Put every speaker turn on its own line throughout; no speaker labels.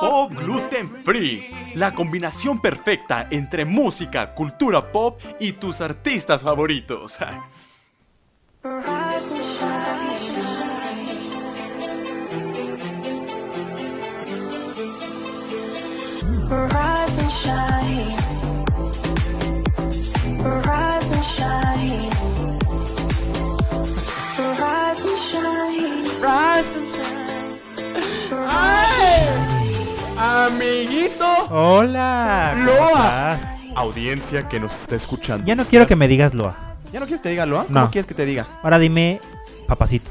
Pop Gluten Free, la combinación perfecta entre música, cultura pop y tus artistas favoritos.
Rise and shine. Rise and shine. Rise and shine.
Amiguito,
Hola. ¿cómo
Loa.
estás?
audiencia que nos está escuchando.
Ya no quiero que me digas Loa.
¿Ya no quieres que te diga Loa? ¿Cómo
No.
quieres que te diga?
Ahora dime papacito.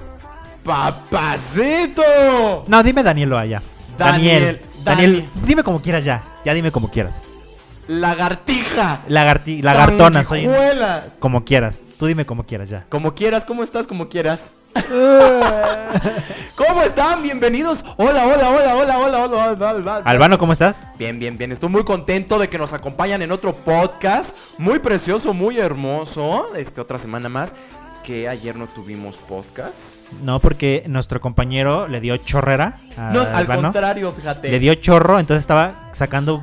¡Papacito!
No, dime Daniel Loa ya.
Daniel,
Daniel.
Daniel.
Daniel. Dime como quieras ya. Ya dime como quieras.
¡Lagartija!
Lagarti lagartona soy.
¡Sanguijuela!
Como quieras. Tú dime como quieras ya.
Como quieras, ¿cómo estás? Como quieras.
Ah.
¿Cómo están? Bienvenidos. Hola, hola, hola, hola, hola, hola, hola, hola. hola.
Albano, ¿cómo estás?
Bien, bien, bien. Estoy muy contento de que nos acompañan en otro podcast. Muy precioso, muy hermoso. Este, otra semana más. Que ayer no tuvimos podcast.
No, porque nuestro compañero le dio chorrera a
no, al
Albano.
contrario, fíjate.
Ah, Le dio chorro, entonces estaba sacando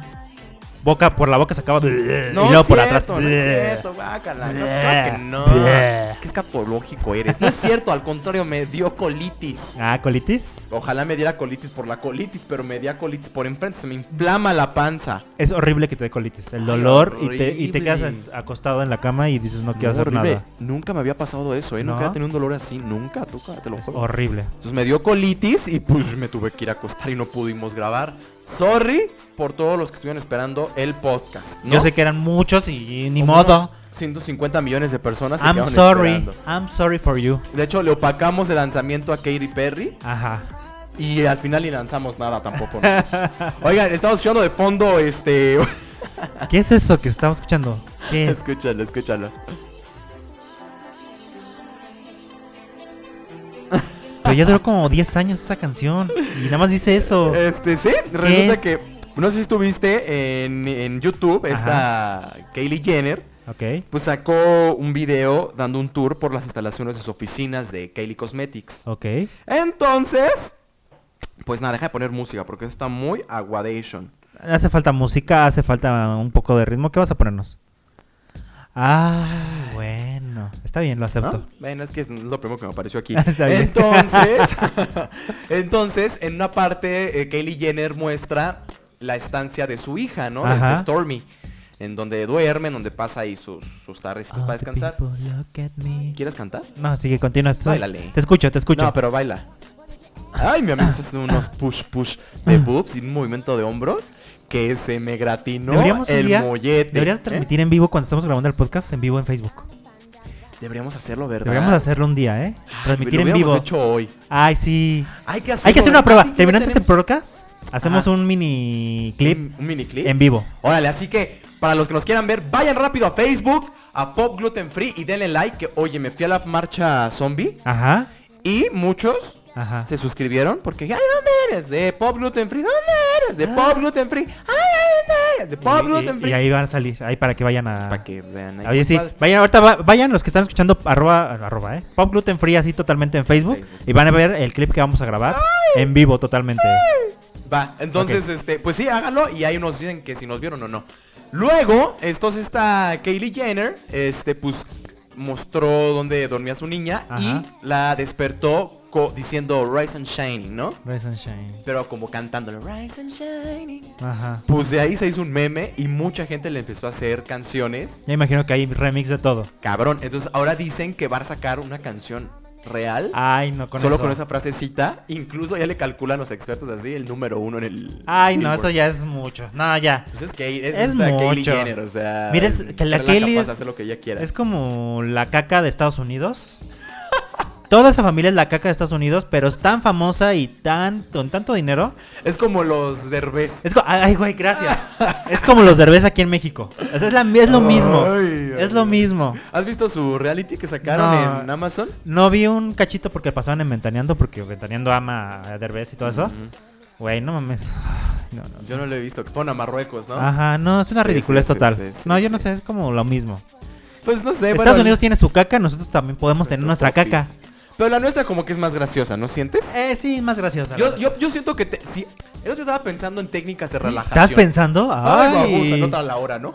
boca por la boca sacaba y
No,
luego
es
por
cierto,
atrás.
no es cierto, guácala, no, claro que no.
Bleh.
Qué escapológico eres. No es cierto, al contrario, me dio colitis.
Ah, colitis.
Ojalá me diera colitis por la colitis, pero me dio colitis por enfrente. Se me inflama la panza.
Es horrible que te dé colitis.
Ay,
El dolor y te, y te
horrible.
quedas en- acostado en la cama y dices no quiero
No,
hacer
horrible.
nada.
Nunca me había pasado eso, ¿eh? Nunca
¿No?
había tenido un dolor así. Nunca, tú, te lo
Es
juro.
horrible.
Entonces me dio colitis y pues me tuve que ir a acostar y no pudimos grabar. Sorry por todos los que estuvieron esperando el podcast. ¿no?
Yo sé que eran muchos y ni
Como
modo.
unos 150 millones de personas se
I'm
quedaron
sorry.
esperando.
I'm sorry for you.
De hecho, le opacamos el lanzamiento a Katy Perry
Ajá.
y al final ni lanzamos nada tampoco. nosotros. Oigan, estamos escuchando de fondo este...
¿Qué es eso que estamos escuchando? ¿Qué es?
escúchalo, escúchalo.
Pero ya duró como 10 años esa canción. Y nada más dice eso.
Este, sí, resulta
es?
que... No sé si estuviste en, en YouTube, esta Kylie Jenner,
Ok.
pues sacó un video dando un tour por las instalaciones de sus oficinas de Kylie Cosmetics.
Ok.
Entonces, pues nada, deja de poner música porque eso está muy aguadation.
Hace falta música, hace falta un poco de ritmo. ¿Qué vas a ponernos? Ah, bueno. Está bien, lo
¿No?
acepto.
Bueno, es que es lo primero que me apareció aquí.
Está bien.
Entonces, entonces, en una parte, eh, Kylie Jenner muestra la estancia de su hija, ¿no? De-
Ajá.
De Stormy. En donde duerme, en donde pasa ahí sus, sus tardecitas para
All the
descansar.
people look at me.
¿Quieres cantar?
No, sigue, continúa. Te-
Báilale.
Te escucho, te escucho.
No, pero baila. Ay, mi amigo está haciendo unos push push de
Ah.
boobs y un movimiento de hombros que se me gratinó
Deberíamos un
el
día-
mollete.
Deberías
¿eh?
transmitir en vivo cuando estamos grabando el podcast en vivo en Facebook.
Deberíamos hacerlo, ¿verdad?
Deberíamos hacerlo un día, ¿eh? Transmitir
Lo
en
hubiéramos
vivo.
hecho hoy.
Ay, sí.
Hay que hacerlo.
Hay que hacer una
¿verdad?
prueba.
Sí, ya
Terminando este
tenemos
podcast, hacemos
Ajá.
un mini clip
Un, un mini clip.
en vivo.
Órale, así que para los que nos quieran ver, vayan rápido a Facebook, a Pop Gluten Free y denle like. Que oye, me fui a la marcha zombie
Ajá.
y muchos
Ajá.
se suscribieron porque, ay, ¿dónde eres? De Pop Gluten Free, ¿dónde eres? De
Ah.
Pop Gluten Free, ay, ¿dónde eres? De Pop
Y-
Gluten
y, y
Free.
ahí van a salir, ahí para que vayan a...
Para que vean ahí.
Oye, sí,
compadre.
vayan, ahorita va- vayan los que están escuchando arroba, arroba, eh. Pop Gluten Free así totalmente en Facebook,
Facebook.
y van a ver el clip que vamos a grabar en vivo totalmente.
Va, entonces, este, pues sí, hágalo y ahí nos dicen que si nos vieron o no. Luego, entonces esta Kaylee Jenner, este, pues mostró donde dormía su niña
Ajá.
y la despertó co- diciendo Rise and Shining, ¿no?
Rise and Shine.
Pero como cantándole Rise and Shining.
Ajá.
Pues de ahí se hizo un meme y mucha gente le empezó a hacer canciones.
Ya imagino que hay remix de todo.
Cabrón, entonces ahora dicen que va a sacar una canción real.
Ay, no Ah, con
solo
eso.
con esa frasecita. Incluso ya le calculan los expertos así el número uno en el...
Ay, no,
Billboard.
eso ya es mucho. No, ya.
Pues es que es,
Es
es la Kylie
mucho.
Jenner, o sea.
Mira, es que la
Carla
Kylie
capaz
es-
de hacer lo que ella quiera.
Es como la caca de Estados Unidos. Toda esa familia es la caca de Estados Unidos, pero es tan famosa y tan con tanto dinero.
Es como los derbés.
Es co- ay, güey, gracias. es como los derbez aquí en México. O sea, es, la- es lo mismo.
Ay, ay,
es lo
ay.
mismo.
¿Has visto su reality que sacaron
No.
en Amazon?
No vi un cachito porque pasaban en Ventaneando, porque Ventaneando ama a Derbez y todo eso. Güey, no mames. Ay, No, no.
Yo no lo he visto, que fueron a Marruecos, ¿no?
Ajá, no, es una
Sí,
ridiculez
sí, sí,
total.
sí, sí,
no, yo
sí.
no sé, es como lo mismo.
Pues no sé,
Estados
bueno,
Unidos tiene su caca, nosotros también podemos tener nuestra
popis.
caca.
Pero la nuestra como que es más graciosa, ¿no sientes?
Eh, sí, más graciosa.
Yo, yo, yo siento que... Te, sí, el otro estaba pensando en técnicas de relajación.
¿Estás pensando?
Ay,
Ay.
babosa, no tal la hora, ¿no?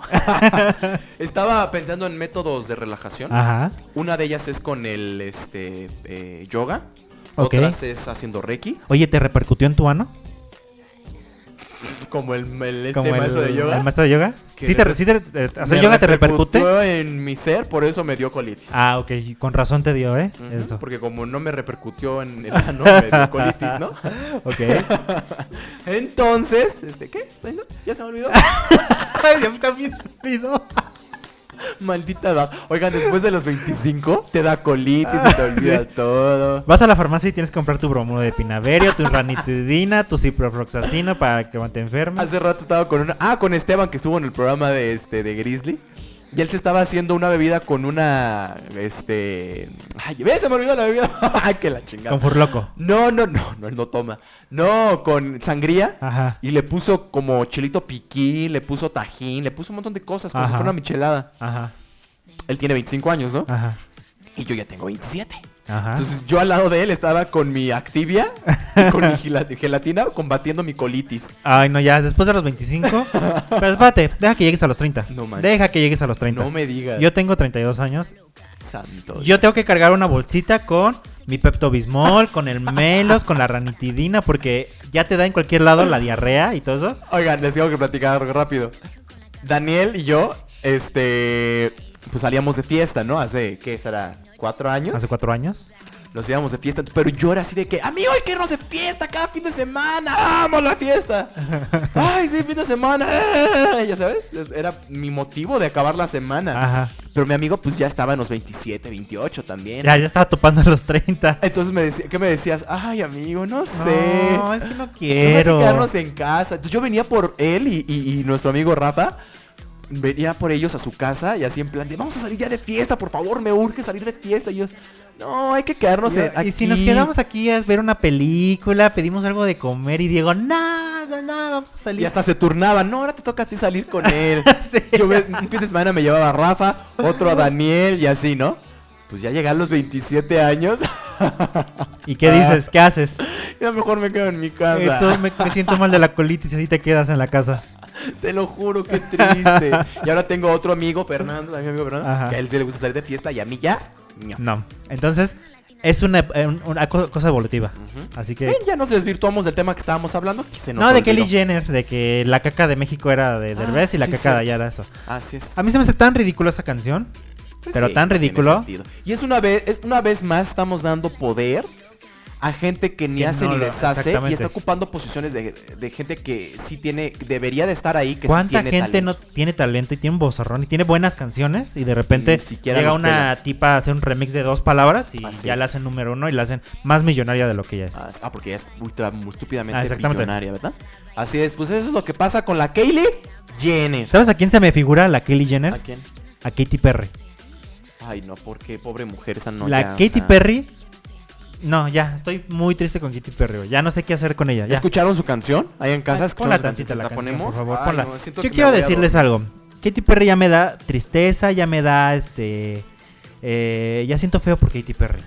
estaba pensando en métodos de relajación.
Ajá.
Una de ellas es con el este eh, yoga.
Ok.
Otras es haciendo reiki.
Oye, ¿te repercutió en tu ano?
Como el, el este
Como el-
maestro de yoga.
el maestro de yoga.
Que
¿Sí te,
re-
sí te- eh, ¿Hacer
Me
yoga te repercute?
repercutió en mi ser, por eso me dio colitis.
Ah, ok, con razón te dio, ¿eh?
Ujú,
Eso.
Porque como no me repercutió en el ano, me dio colitis, ¿no?
Ok.
Entonces, este, ¿qué? Ay, no, ¿Ya se me olvidó?
Ay, Dios, también se olvidó.
Maldita edad. Oigan, después de los 25 te da colitis, se te olvida todo.
Vas a la farmacia y tienes que comprar tu bromuro de pinaverio, tu ranitidina, tu ciprofloxacino para que no te enfermes.
Hace rato estaba con una. Ah, con Esteban que estuvo en el programa de este de Grizzly. Y él se estaba haciendo una bebida con una. Este. Ay, ve, se me olvidó la bebida. Ay, que la chingada.
Con furloco.
No, no, no, no, él no toma. No, con sangría.
Ajá.
Y le puso como chilito piquín, le puso tajín, le puso un montón de cosas, como si
Ajá.
fuera una michelada.
Ajá.
Él tiene 25 años, ¿no?
Ajá.
Y yo ya tengo 27.
Ajá.
Entonces yo al lado de él estaba con mi Activia y con mi gila- gelatina combatiendo mi colitis.
Ay, no, ya, después de los 25. Pero espérate, deja que llegues a los 30.
No manches.
deja que llegues a los 30.
No me digas.
Yo tengo 32 años.
Santo.
Yo
Dios.
tengo que cargar una bolsita con mi Pepto Bismol, con el Melos, con la ranitidina, porque ya te da en cualquier lado la diarrea y todo eso.
Oigan, les tengo que platicar algo rápido. Daniel y yo, este, pues salíamos de fiesta, ¿no? Hace, ¿qué será? ¿Cuatro años?
Hace cuatro años.
Nos íbamos de fiesta, pero yo era así de que, amigo, hay que irnos de fiesta cada fin de semana, vamos a la fiesta. Ay, sí, fin de semana. eh", Ya sabes, es- era mi motivo de acabar la semana.
Ajá.
Pero mi amigo pues ya estaba en los 27, 28 también.
Ya, ya estaba topando los 30.
Entonces me decía, ¿qué me decías? Ay, amigo, no sé.
No, es que no
Tenemos
quiero.
que eh, quedarnos en casa. Entonces, yo venía por él y, y- y nuestro amigo Rafa. Venía por ellos a su casa y así en plan de vamos a salir ya de fiesta, por favor, me urge salir de fiesta. Y ellos, no, hay que quedarnos en-
Y si nos
aquí".
quedamos aquí a ver una película, pedimos algo de comer y Diego, nada, nada, vamos a
Y
salir.
hasta se turnaban, no, ahora te toca a ti salir con él. Yo me- un fin de semana me llevaba a Rafa, otro a Daniel y así, ¿no? Pues ya llegan los 27 años,
¿Y qué dices? ¿Qué haces?
ya mejor me quedo en mi casa.
Eso, me, me siento mal de la colitis y ahí te quedas en la casa.
Te lo juro, qué triste. y ahora tengo otro amigo, Fernando, a mi amigo Fernando,
Ajá.
que a él sí le gusta salir de fiesta y a mí ya, no.
No. Entonces, es una, eh, un- una co- cosa evolutiva. Así que...
Ven, ya nos desvirtuamos del tema que estábamos hablando. que se nos
No, de
olvidó.
Kelly Jenner, de que la caca de México era de Derbez y la
Ah, sí,
caca de
cierto.
allá era eso.
Así es.
A mí se me hace tan ridícula esa canción.
Pues
Ah, pero tan
tiene
ridículo.
sentido. Y es una vez, es- una vez más estamos dando poder a gente que ni
Que
hace
no
ni
lo-
deshace y
exactamente.
está ocupando posiciones de, de gente que sí tiene, debería de estar ahí, que sí
¿Cuánta
tiene
gente
talento.
no tiene talento y tiene un bozarrón y tiene buenas canciones y de repente
Ni siquiera
llega
los
una tipa a hacer un remix de dos palabras y
Así
ya la
es.
hacen número uno y la hacen más millonaria de lo que ella es?
Ah, ah, porque ella es ultra muy estúpidamente
Ah, exactamente.
millonaria, ¿verdad? Así es, pues eso es lo que pasa con la Kaylee Jenner.
¿Sabes a quién se me figura la Kelly Jenner?
¿A quién?
A Katy Perry.
Ay, no, porque pobre mujer esa no
la
ya, o
Katy
sea.
Perry. No, ya, estoy muy triste con Katy Perry. güey. Ya no sé qué hacer con ella. Ya.
¿Escucharon su canción? Ahí en casa,
Ah,
¿escucharon
ponla
su
tantita
canción?
la, canción,
ponemos?
por favor,
Ay,
ponla.
no, siento
Yo
que
quiero
me voy a
decirles
dormir.
algo. Katy Perry ya me da tristeza, ya me da este. eh, ya siento feo por Katy Perry.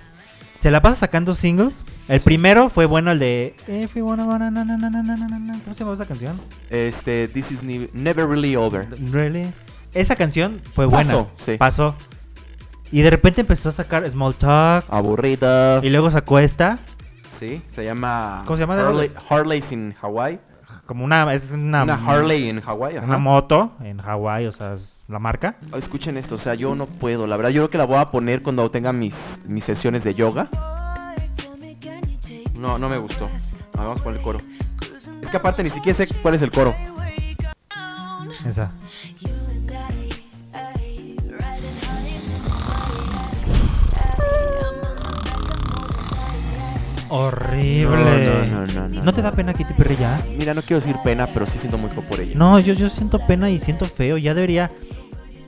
Se la pasa sacando singles. El primero fue bueno el de. eh, If you wanna wanna na, na, na, na, na, na, na. ¿Cómo se llama esa canción?
Este, This is ne- Never Really Over.
Really? Esa canción fue buena.
Pasó, sí.
Pasó. Y de repente empezó a sacar Small Talk.
Aburrida.
Y luego sacó esta.
Sí, se llama...
¿Cómo se llama?
Harley, Harley's in Hawaii.
Como una. Es una,
Una Harley en Hawaii.
Una
ajá.
moto en Hawái, o sea, es la marca.
Escuchen esto, o sea, yo no puedo. La verdad, yo creo que la voy a poner cuando tenga mis, mis sesiones de yoga. No, no me gustó. A ver, vamos con el coro. Es que aparte ni siquiera sé cuál es el coro.
Esa. horrible.
No, no, no, no, no,
te da pena Katy Perry ya?
Mira, no quiero decir pena, pero sí siento mucho por ella.
No, yo, yo siento pena y siento feo. Ya debería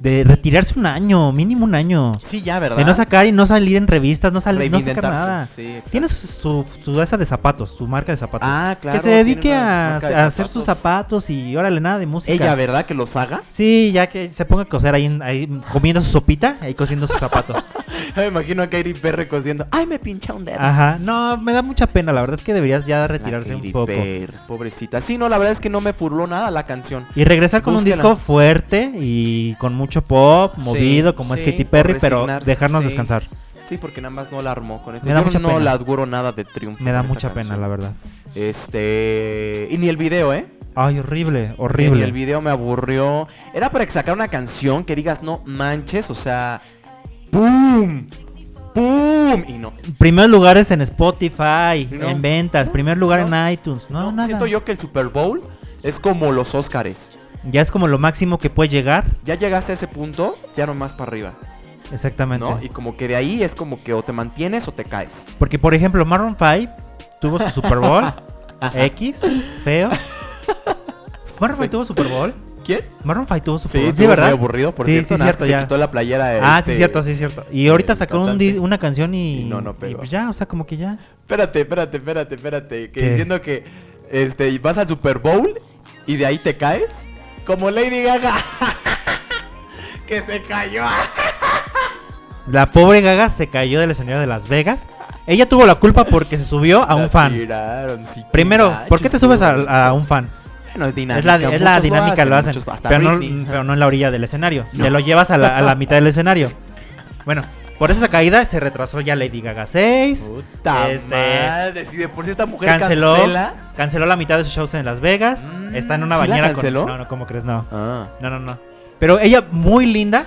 de retirarse un año, mínimo un año.
Sí, ya, ¿verdad?
De no sacar y no salir en revistas, no, salir, no sacar
Reinventarse.
nada.
Sí, exacto.
Tiene su, su, su esa de zapatos, su marca de zapatos.
Ah, claro,
Que se dedique
tiene una
a,
marca de
a hacer sus
zapatos.
zapatos y órale, nada de música.
Ella, ¿verdad? Que los haga.
Sí, ya que se ponga a coser ahí, en- ahí comiendo su sopita, ahí cosiendo su zapato.
Me imagino a Katy Perry cosiendo.
Ay, me pincha un dedo.
Ajá. No, me da mucha pena, la verdad es que deberías ya
La
retirarse un
Katy
poco.
Perry, pobrecita. Sí, no, la verdad es que no me furló nada la canción.
Y regresar con
Búsquela.
un disco fuerte y con mucho pop, movido, como es
sí,
Katy Perry,
por
pero
resignarse,
dejarnos
sí.
descansar.
Sí, porque nada más no la armó con esto.
Me da
Yo
mucha
no
pena.
le auguro nada de triunfo.
Me da
con esta
mucha pena,
canción.
la verdad.
Este. Y ni el video, ¿eh?
Ay, horrible,
Ni
horrible.
el video me aburrió. Era para que sacara una canción que digas, no manches, o sea. ¡Pum! ¡Pum! Y no.
Primeros lugares en Spotify,
No.
en ventas, primer lugar en iTunes. No,
No,
nada.
Siento yo que el Super Bowl es como los Óscares.
Ya es como lo máximo que puede llegar.
Ya llegaste a ese punto, ya no más para arriba,
Exactamente.
¿no? Y como que de ahí es como que o te mantienes o te caes.
Porque, por ejemplo, Maroon 5 tuvo su Super Bowl. X, feo. Maroon 5 tuvo Super Bowl.
¿Quién?
Maroon 5 tuvo Super
Sí,
Bowl.
estuvo muy aburrido, por
Pues, Sí,
cierto.
sí,
nada más
cierto,
que
ya.
se quitó la playera.
Ah,
este-
sí, cierto, sí, cierto. Y
el
ahorita sacó un di-
cantante.
una canción y,
Y no, no
y
pegó.
pues ya, o sea, como que ya.
Espérate, espérate, espérate, espérate. Que
¿Qué?
diciendo que este y vas al Super Bowl y de ahí te caes. Como Lady Gaga. que se cayó.
La pobre Gaga se cayó del escenario de Las Vegas. Ella tuvo la culpa porque se subió a
La
un fan.
tiraron, sí,
Primero,
qué
¿por qué te
machos,
subes a, a un fan?
Bueno, es dinámica.
Es la, es la
muchos
dinámica, lo hacen.
muchos- hasta
pero, no,
Britney.
pero no en la orilla del escenario. Te lo llevas a la, a la mitad del escenario. Bueno, por esa caída se retrasó ya Lady Gaga 6.
Puta
Este-
madre, si de por sí esta mujer
Canceló,
cancela.
canceló la mitad de sus shows en Las Vegas.
Mm,
está en una
¿sí la
bañera
canceló?
con. No, no, ¿cómo crees? No.
Ah.
No, no, no. Pero ella, muy linda,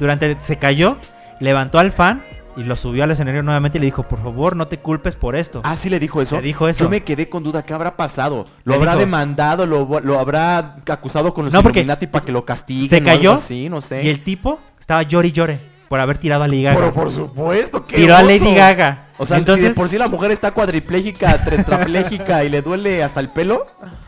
durante se cayó, levantó al fan y lo subió al escenario nuevamente y le dijo, por favor, no te culpes por esto.
Ah, sí le dijo eso.
Le dijo eso.
Yo me quedé con duda, ¿qué habrá pasado? ¿Lo
Le
habrá
dijo-
demandado? ¿Lo, lo habrá acusado con los
No, porque
Illuminati para que lo castiguen?
se
o algo
cayó
así? no sé.
Y el tipo estaba llore y llore por haber tirado a Lady Gaga.
Pero por supuesto, que
Tiró a Lady Gaga.
O sea, si
entonces,
de por sí la mujer está cuadripléjica, tetrapléjica y le duele hasta el pelo.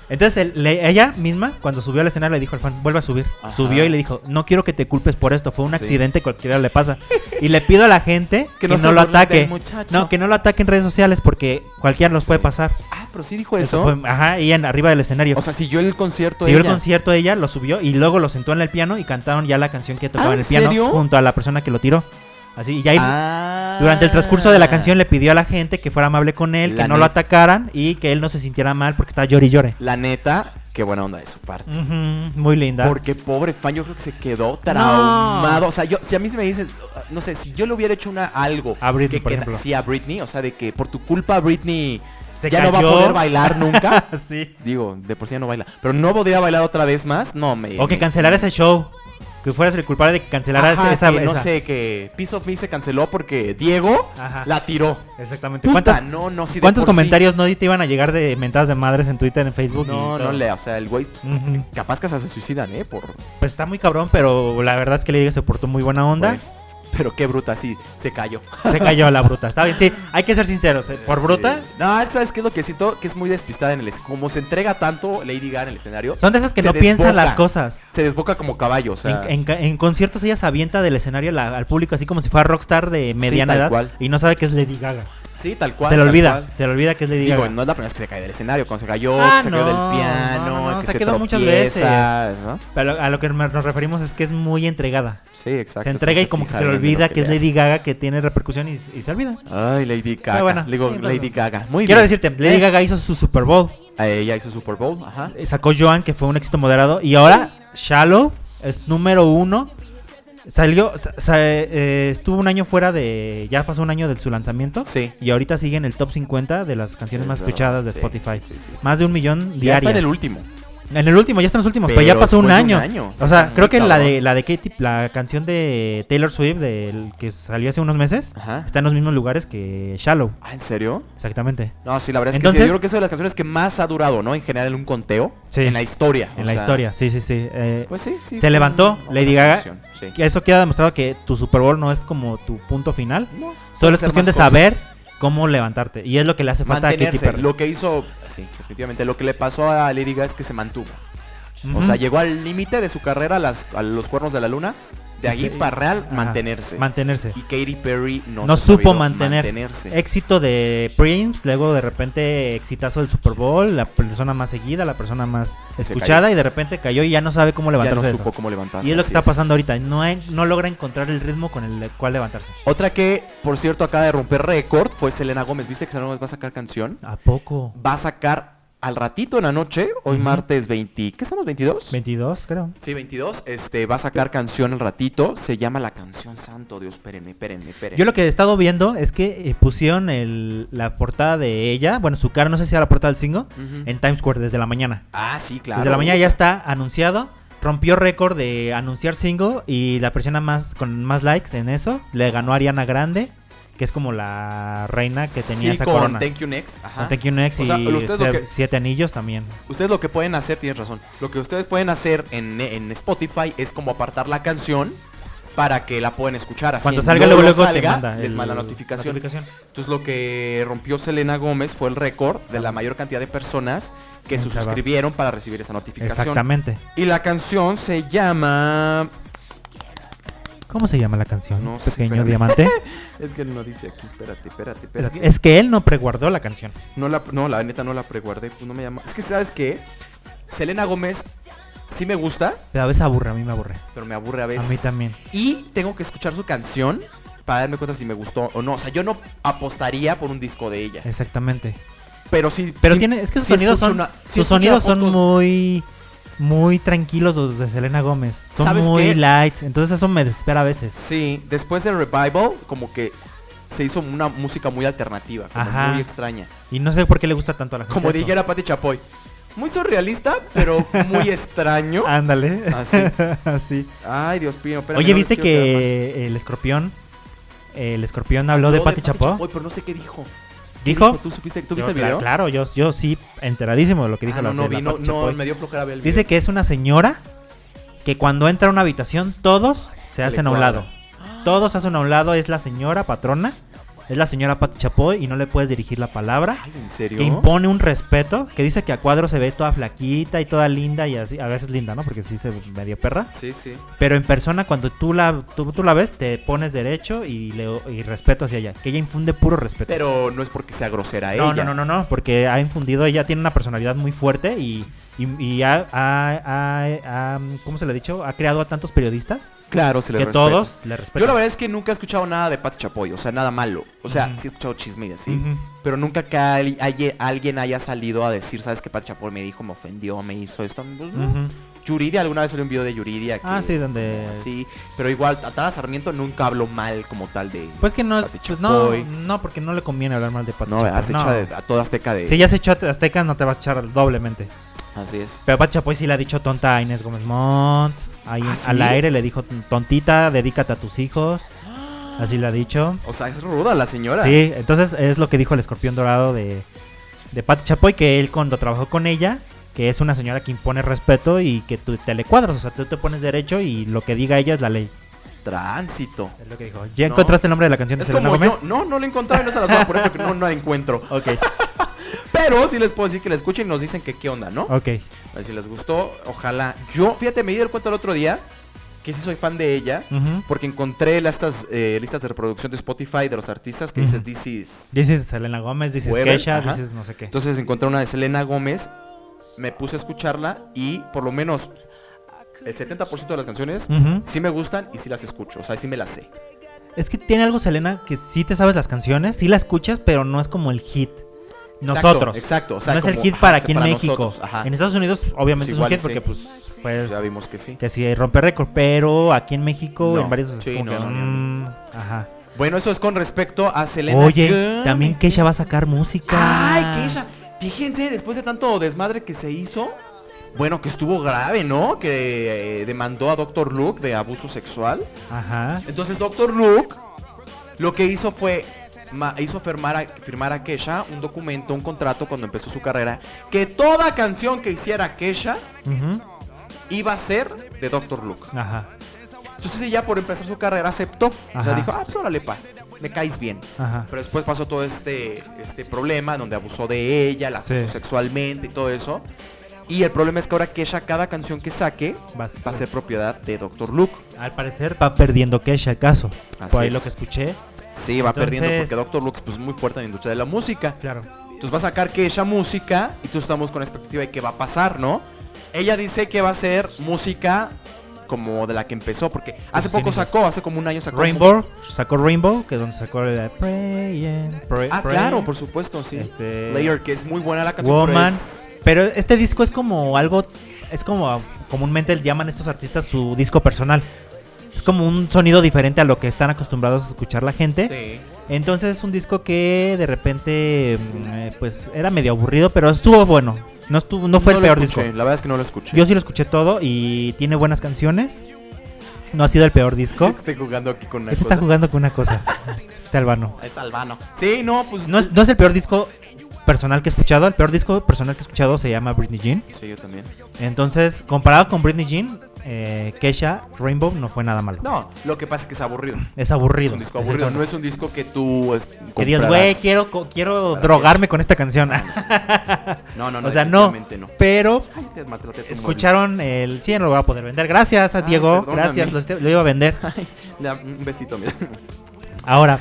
entonces el- le- ella misma, cuando subió al escenario, le dijo al fan, vuelve a subir.
Ajá.
Subió y le dijo, no quiero que te culpes por esto, fue un
Sí.
accidente, cualquiera le pasa. Y le pido a la gente
Que
que,
no
no,
se
lo
burlen del
ataque.
muchacho.
No, que no lo ataque en redes sociales porque cualquiera los puede pasar.
Ah, pero sí dijo
Eso
eso.
fue, ajá, y en arriba del escenario.
O sea, siguió el concierto.
Siguió el
ella.
concierto ella, lo subió y luego lo sentó en el piano y cantaron ya la canción que tocaba
¿Ah,
en el
en
piano
serio?
junto a la persona que lo tiró. Así, y ya ahí,
Ah.
durante el transcurso de la canción le pidió a la gente que fuera amable con él,
La
que no lo
neta.
atacaran y que él no se sintiera mal porque estaba llore y llore.
La neta, qué buena onda de su parte.
Ujú, muy linda.
Porque pobre fan, yo creo que se quedó traumado.
No.
O sea, yo, si a mí se me dices, no sé, si yo le hubiera hecho una algo
A Britney,
que
por
queda-
ejemplo.
sí, a Britney, o sea, de que por tu culpa Britney
Se
ya no va a
cayó.
poder bailar nunca.
sí.
Digo, de por sí ya no baila. Pero no podría bailar otra vez más. No, me.
O que
me-
cancelara ese show. Que fueras el culpable de que cancelara
Ajá,
esa.
que no
esa.
sé, que Piece of Me se canceló porque Diego
Ajá.
la tiró.
Exactamente.
Puta,
Ah. ¿Cuántas-
no, no, sí, de
¿Cuántos
por sí.
comentarios no te iban a llegar de mentadas de madres en Twitter, en Facebook? y
No,
todo?
no lea, o sea, el güey
Ujú.
capaz que hasta se suicidan, ¿eh? Por...
Pues está muy cabrón, pero la verdad es que le digo se portó muy buena onda.
Güey. Pero qué bruta, sí, se cayó.
Se cayó la bruta. Está bien, sí. Hay que ser sinceros. ¿eh? Por bruta.
Sí. No, es- ¿sabes qué es lo que siento? Que es muy despistada en el... es- Como se entrega tanto Lady Gaga en el escenario.
Son de esas que
se
no piensan
desboca.
las cosas.
Se desboca como caballo, o sea...
En- en, ca- en conciertos ella se avienta del escenario la- al público así como si fuera rockstar de mediana
tal
edad
cual.
y no sabe que es Lady Gaga.
Sí, tal cual.
se le
tal
olvida,
cual.
se le olvida que es Lady
Digo,
Gaga.
no es la primera vez que se cae del escenario. Cuando se cayó,
Ah,
que se cayó
no,
del piano,
no, no,
que
se
se,
quedó muchas
muchas
veces.
veces. ¿no?
Pero a lo que me- nos referimos es que es muy entregada.
Sí, exacto.
se entrega
no
y como que
fija
se le
bien en lo
olvida que, es
le
Lady Gaga que tiene repercusión y, y se olvida.
hace. Ay, Lady Gaga.
bueno,
Digo,
sí, entonces-
Lady Gaga. Muy
Quiero
bien.
decirte, Lady Gaga hizo su Super Bowl.
Eh, Ella hizo Super Bowl, ajá.
Eh, Sacó Joan, que fue un éxito moderado. Y ahora Shallow es número uno. Salió, sa- sa- eh, estuvo un año fuera de. Ya pasó un año de su lanzamiento.
Sí.
Y ahorita sigue en el top 50 de las canciones
Es
más
verdad,
escuchadas de
sí,
Spotify.
sí, sí, sí,
más de un millón
Ya está
diarias.
en el último.
En el último, ya están los últimos, pero, ya
Pero
pasó un
después de
año.
un año, sí,
O sea,
está
creo
muy
que la
cabrón.
de la de Katy, la canción de Taylor Swift del que salió hace unos meses,
Ajá.
está en los mismos lugares que Shallow,
Ah, ¿en serio?
exactamente.
No, sí, la verdad es que
Entonces-
sí. Yo creo que es una de las canciones que más ha durado, ¿no? En general en un conteo.
Sí.
En la historia. o
En la
sea,
historia, sí, sí, sí. eh,
Pues sí, sí.
Se
fue
levantó
una
Lady
buena
Gaga.
canción, sí.
que eso queda demostrado que tu Super Bowl no es como tu punto final.
No,
Solo
puede
es
ser
cuestión de
más cosas.
saber cómo levantarte. Y es lo que le hace falta a Katy
Mantenerse.
Perry.
Lo que hizo, sí, definitivamente. Lo que le pasó a Lady Gaga es que se mantuvo.
Ujú.
O sea, llegó al límite de su carrera a, las- a los cuernos de la luna. De ahí
Sí.
para real,
Ajá.
mantenerse.
Mantenerse.
y Katy Perry no,
No,
se ha
supo
sabido
mantener.
mantenerse.
este, Éxito de Prince, luego de repente exitazo del Super Bowl, la persona más seguida, la persona más escuchada y de repente cayó y ya no sabe cómo
Ya
levantarse.
no
de eso.
supo cómo levantarse.
Y es lo que
así
está pasando ahorita. No, hay- no logra encontrar el ritmo con el cual levantarse.
Otra que, por cierto, acaba de romper récord fue Selena Gómez. ¿Viste que Selena Gómez va a sacar canción?
¿A poco?
Va a sacar al ratito en la noche, hoy
Ujú.
martes 20. ¿Qué estamos? ¿22?
22, creo.
Sí, 22. Este, va a sacar canción al ratito. Se llama la canción Santo Dios. Espérenme, espérenme, espérenme.
Yo lo que he estado viendo es que eh, pusieron el- la portada de ella, bueno, su cara, no sé si era la portada del single,
Ujú.
en Times Square desde la mañana.
Ah, sí, claro.
Desde la mañana ya está anunciado. Rompió récord de anunciar single y la persona más con más likes en eso le ganó a Ariana Grande, que es como la reina que tenía
Sí,
esa
con
corona.
Thank You Next. Ajá.
Con Thank You Next
O sea,
y
ustedes
Se-
lo que-
Siete Anillos también.
Ustedes lo que pueden hacer, tienes razón. Lo que ustedes pueden hacer en, en Spotify es como apartar la canción para que la puedan escuchar. Así
Cuando
en
salga luego, luego te
salga,
manda
les
el-
manda la notificación. Entonces lo que rompió Selena Gómez fue el récord de la mayor cantidad de personas que se
Mucha va.
suscribieron para recibir esa notificación.
Exactamente.
Y la canción se llama...
¿Cómo se llama la canción?
No sé,
Pequeño
espérame.
diamante.
Es que no dice aquí, espérate, espérate,
es,
espérate.
que, es que él no preguardó la canción.
No, la, no, la neta no la preguardé, pues no me llama. Es que, ¿sabes qué? Selena Gómez sí me gusta,
Pero a veces aburre, a mí me aburre.
pero me aburre a
A
veces.
mí también.
Y tengo que escuchar su canción para darme cuenta si me gustó o no. O sea, yo no apostaría por un disco de ella.
Exactamente.
Pero sí.
Eh, Pero
sí-
tiene, es que sus
sí
sonidos
escucho
son,
una- sí
sus
escucho
sonidos son
fotos-
muy, muy tranquilos los de Selena Gómez. Son
¿Sabes
muy
qué?
light. Entonces eso me desespera a veces.
Sí, después del revival, como que se hizo una música muy alternativa, como
Ajá.
muy extraña.
Y no sé por qué le gusta tanto a la gente.
Como
eso.
dijera Pati Chapoy. Muy surrealista, pero muy extraño.
Ándale.
Así.
Así.
Ay, Dios mío, Ah, espérame,
Ah. Oye,
no les
¿viste
quiero quedar mal.
que el escorpión, el escorpión habló de Pati Chapó?
Chapoy, pero no sé qué dijo. ¿Qué
¿Dijo?
¿Tú supiste tú
Yo,
viste el
cla-
video?
Claro, yo, yo sí, enteradísimo de lo que dijo
Ah,
la
no, no,
de la
vi, no,
Pati
no,
Chapoy.
me dio flojera ver el video.
Dice que es una señora que cuando entra a una habitación todos se
le
hacen a un
cuadra.
lado. Todos se hacen a un lado, es la señora patrona, es la señora Pati Chapoy y no le puedes dirigir la palabra.
Ay, ¿en
Que
serio?
impone un respeto, que dice que a cuadro se ve toda flaquita y toda linda y así, a veces linda, ¿no? Porque sí se ve medio perra.
Sí, sí.
Pero en persona cuando tú la, tú, tú la ves te pones derecho y, le- y respeto hacia ella. Que ella infunde puro respeto.
Pero no es porque sea grosera
No,
ella.
no, no, no, no, porque ha infundido, ella tiene una personalidad muy fuerte y, y, y ha, ha- ha- ha- ¿cómo se le ha dicho? Ha creado a tantos periodistas
Claro, se le
que
respeta.
todos pues, le respetan.
Yo la verdad es que nunca he escuchado nada de Pati Chapoy, o sea, nada malo. O sea,
Ujú.
sí he escuchado chisme y así.
Ujú.
Pero nunca que al- haya- alguien haya salido a decir, ¿sabes qué? Pati Chapoy me dijo, me ofendió, me hizo esto. Pues, no.
Ujú.
Yuridia, alguna vez salió un video de Yuridia. que-
Ah, sí, donde-
Sí, pero igual, a Tara Sarmiento nunca habló mal como tal de...
Pues que no es,
Pati
pues no,
Chapoy.
no, porque no le conviene hablar mal de Pati
No, has
Chapoy, no.
hecho a, a toda Azteca de...
Si ya se echó a Azteca, no te vas a echar doblemente.
Así es.
Pero Pati Chapoy sí le ha dicho tonta a Inés Gómez Montt. Ahí
¿Ah,
en-
sí?
al aire le dijo tontita, dedícate a tus hijos. Así le ha dicho.
O sea, es ruda la señora.
Sí, entonces es lo que dijo el escorpión dorado de, de Pati Chapoy, que él cuando trabajó con ella, que es una señora que impone respeto y que tú te le cuadras, o sea, tú te pones derecho y lo que diga ella es la ley.
Tránsito.
Es lo que dijo. ¿Ya
No.
encontraste el nombre de la canción de
Es
Selena
como
Gómez?
yo, no, no la encontraba y no se las voy a poner porque no, no la encuentro.
Ok,
Pero sí les puedo decir que la escuchen y nos dicen que qué onda, ¿no?
ok.
A ver si les gustó, ojalá. Yo, fíjate, me di el cuenta el otro día que sí soy fan de ella.
Ujú.
Porque encontré las- estas eh, listas de reproducción de Spotify de los artistas que dices
Ujú.
This is.
Dices Selena Gómez, dices
Whoever,
Keisha,
ajá.
dices no sé qué.
Entonces encontré una de Selena Gómez. Me puse a escucharla y por lo menos el 70% de las canciones
Ujú.
sí me gustan y sí las escucho. O sea, sí me las sé.
Es que tiene algo Selena que sí te sabes las canciones, sí las escuchas, pero no es como el hit.
Exacto,
Nosotros.
Exacto. o sea,
no es el
como,
hit
ajá,
para
o sea,
aquí en México.
nosotros, ajá.
En Estados Unidos obviamente es
Pues
un
igual y
hit porque
sí.
pues, pues
Ya vimos que sí.
que sí rompe récord, pero aquí en México
No,
en varios es
sí,
como
no,
que,
no,
mm,
no,
ajá.
Bueno, eso es con respecto a Selena
Oye,
Gómez.
también Keisha va a sacar música.
Ay, Keisha. Fíjense, después de tanto desmadre que se hizo, bueno, que estuvo grave, ¿no? Que eh, demandó a Dr. Luke de abuso sexual.
Ajá.
Entonces, Dr. Luke lo que hizo fue ma- hizo firmar a, firmar a Kesha un documento, un contrato cuando empezó su carrera, que toda canción que hiciera Kesha
ujú,
iba a ser de Dr. Luke.
Ajá.
Entonces ella por empezar su carrera aceptó. O
Ajá.
sea, dijo, ah, pues órale, pa, me caes bien.
Ajá.
Pero después pasó todo este, este problema donde abusó de ella, la acosó
Sí.
sexualmente y todo eso. Y el problema es que ahora Kesha, cada canción que saque,
Va a
va a
ser-
ser, propiedad de Dr. Luke.
Al parecer va perdiendo Kesha el caso.
Así
Por Pues ahí
es.
lo que escuché.
Sí, va
Entonces-
perdiendo porque Dr. Luke es pues, muy fuerte en la industria de la música.
Claro.
Entonces va a sacar Kesha música y tú estamos con la expectativa de qué va a pasar, ¿no? Ella dice que va a ser música como de la que empezó, porque hace poco
síndilos.
sacó, hace como un año sacó. un-
Pues Rainbow, sacó Rainbow, que es donde sacó el Praying, Pray-
Ah,
Praying.
claro, por supuesto, sí.
Este-
Layer, que es muy buena la canción. pero
Woman.
es-
Pero este disco es como algo. Es como comúnmente llaman estos artistas su disco personal. Es como un sonido diferente a lo que están acostumbrados a escuchar la gente.
Sí.
Entonces es un disco que de repente. mm, eh, Pues era medio aburrido, pero estuvo bueno. No, estuvo, no fue el
lo
peor
escuché,
disco.
La verdad es que no lo escuché.
Yo sí lo escuché todo y tiene buenas canciones. No ha sido el peor disco.
estoy jugando aquí con una
Este está
cosa.
jugando con una cosa. Este albano.
Es albano. Sí, no, pues.
No es, no es el peor disco personal que he escuchado. El peor disco personal que he escuchado se llama Britney Jean.
Sí, yo también.
Entonces, comparado con Britney Jean, eh, Kesha Rainbow no fue nada malo.
No, lo que pasa es que es aburrido.
Es aburrido.
Es un disco
Es el
aburrido.
tono.
No es un disco que tú. es-
Que digas,
comprarás.
güey, quiero, co- quiero drogarme con esta canción.
No, no, no.
o sea, no.
definitivamente no.
Pero
Ay, te maltraté tu
escucharon el... Sí, ya no lo voy a poder vender. Gracias a
Ay,
Diego.
Ah, perdóname.
Gracias, lo, este- lo iba a vender.
móvil. Le da Un besito, mira.
Ahora...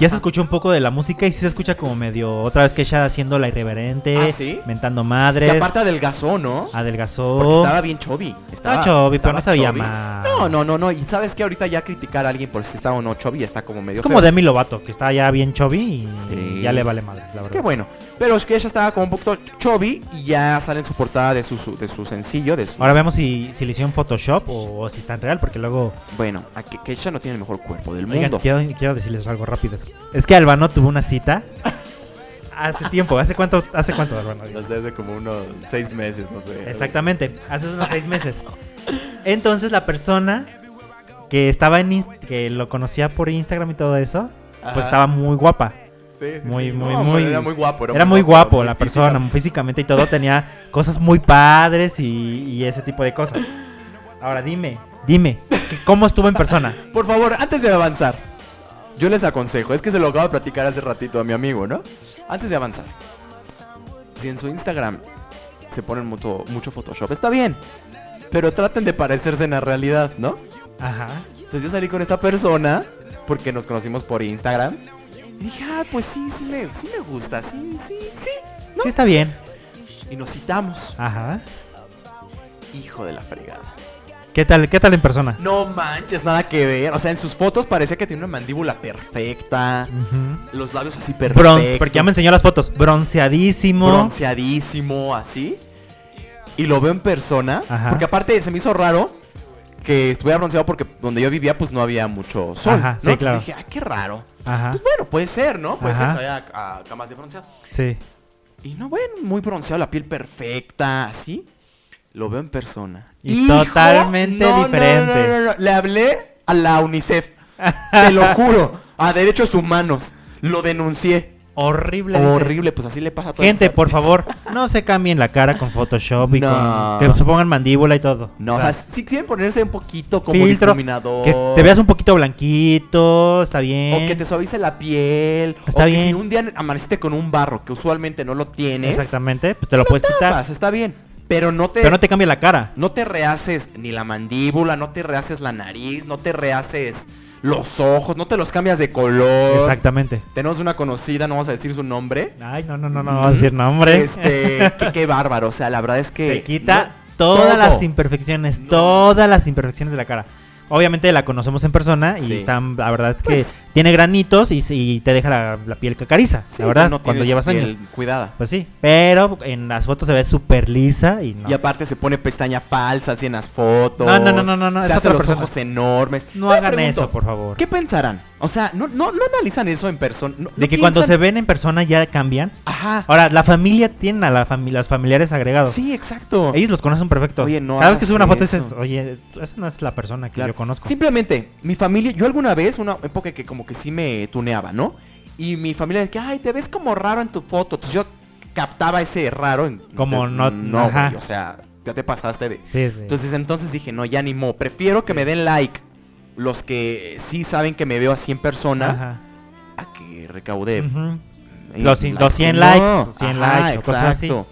Ya se escuchó un poco de la música y sí se escucha como medio otra vez Kesha haciendo la irreverente,
¿Ah, sí?
mentando
Y
madres,
aparte adelgazó, ¿no?
adelgazó.
Porque estaba bien chubby. Estaba
Oh. chubby, pero no
estaba
sabía
chubby.
más.
No, no, no, no. Y sabes que ahorita ya criticar a alguien por si está o no chubby está como medio.
Es como
feo.
Demi Lovato, que está ya bien chubby y
Sí.
ya le vale madre, la verdad.
Qué bueno. Pero es que ella estaba como un poquito chubby y ya sale en su portada de su, su- de su sencillo, de su...
Ahora vemos si, si le hicieron Photoshop o, o si está en real, porque luego...
Bueno, a que, que ella no tiene el mejor cuerpo del
Oigan,
mundo.
quiero, quiero decirles algo rápido. Es que Albano tuvo una cita hace tiempo. ¿Hace cuánto, hace cuánto Albano?
sé, hace como unos seis meses, no sé.
Exactamente, hace unos seis meses. Entonces la persona que estaba en... Inst- que lo conocía por Instagram y todo eso,
Ajá.
pues estaba muy guapa.
Sí, sí,
Muy,
sí.
muy,
No,
muy-
Era muy guapo.
Era muy guapo
muy
la
físico.
persona, físicamente y todo, tenía cosas muy padres y, y ese tipo de cosas. Ahora dime, dime, ¿qué- ¿cómo estuvo en persona?
Por favor, antes de avanzar, yo les aconsejo, es que se lo acabo de platicar hace ratito a mi amigo, ¿no? Antes de avanzar, si en su Instagram se ponen mucho, mucho Photoshop, está bien. Pero traten de parecerse en la realidad, ¿no?
Ajá.
Entonces yo salí con esta persona porque nos conocimos por Instagram. Y dije, ah, pues sí, sí me, sí me gusta, sí, sí, sí.
Sí, está bien.
Y nos citamos.
Ajá.
Hijo de la fregada.
¿Qué tal, qué tal en persona?
No manches, nada que ver. O sea, en sus fotos parecía que tenía una mandíbula perfecta.
Ujú.
Los labios así
Bron-
perfectos.
porque ya me enseñó las fotos. Bronceadísimo.
Bronceadísimo, así. Y lo veo en persona.
Ajá.
Porque aparte se me hizo raro que estuviera bronceado porque donde yo vivía pues no había mucho sol.
Ajá,
¿no?
sí,
Entonces
claro.
dije, ah, qué raro.
Ajá.
Pues bueno, puede ser, ¿no? Puede
Ajá.
ser, se vaya a, a camas de bronceado.
Sí.
Y no, bueno, muy bronceado, la piel perfecta, así. Lo veo en persona.
Y totalmente diferente.
no, no, no. Le hablé a la UNICEF. Te lo juro. A derechos humanos. Lo denuncié.
Horrible. dice.
Horrible, pues así le pasa a todas
Gente,
esas
por favor, no se cambien la cara con Photoshop y
No.
con que se pongan mandíbula y todo.
No, o sea, si quieren ponerse un poquito como
filtro,
difuminador.
que te veas un poquito blanquito, está bien.
O que te suavice la piel.
Está
o que
bien.
si un día amaneciste con un barro que usualmente no lo tienes.
Exactamente, pues te lo puedes quitar.
tapas, está bien. Pero no te,
Pero no te cambia la cara.
no te rehaces ni la mandíbula, no te rehaces la nariz, no te rehaces los ojos, no te los cambias de color.
Exactamente.
Tenemos una conocida, no vamos a decir su nombre.
Ay, no, no, no, no, no vas a decir nombre.
Este, que- qué bárbaro. O sea, la verdad es que.
Se quita
no-
todas
todo.
las imperfecciones, todas las imperfecciones de la cara. Obviamente la conocemos en persona y
Sí.
están, la verdad es que
Pues-
tiene granitos y, y te deja la, la piel cacariza,
Sí,
la verdad,
no
cuando
tienes
llevas
piel
años.
Cuidada.
Pues sí, pero en las fotos se ve súper lisa y no.
Y aparte se pone pestaña falsa así en las fotos.
No, no, no, no, no, no, es
Se hace
otra
los
persona.
ojos enormes.
no
Yo me
hagan
pregunto,
eso, por favor.
¿Qué pensarán? O sea, no, no, no analizan eso en persona. no-
De
no
que cuando se
piensan-
ven en persona ya cambian.
Ajá.
Ahora, la familia tiene a la fami- los familiares agregados.
Sí, exacto.
Ellos los conocen perfecto.
Oye, no
Cada vez que sube una
hagas
foto dices,
eso.
oye, esa no es la persona que
Claro.
yo conozco.
Simplemente, mi familia, yo alguna vez, una época que como que sí me tuneaba, ¿no? Y mi familia decía, ay, te ves como raro en tu foto. Entonces yo captaba ese raro. En,
Como no-
No,
ajá.
güey, o sea, ya te pasaste de...
Sí, sí.
Entonces, entonces dije, no, ya ni mo. Prefiero que me den like los que sí saben que me veo a 100 personas
Ajá.
a que recaude
Ujú.
eh,
Los cien- los cien likes, cien likes o cosas así.
No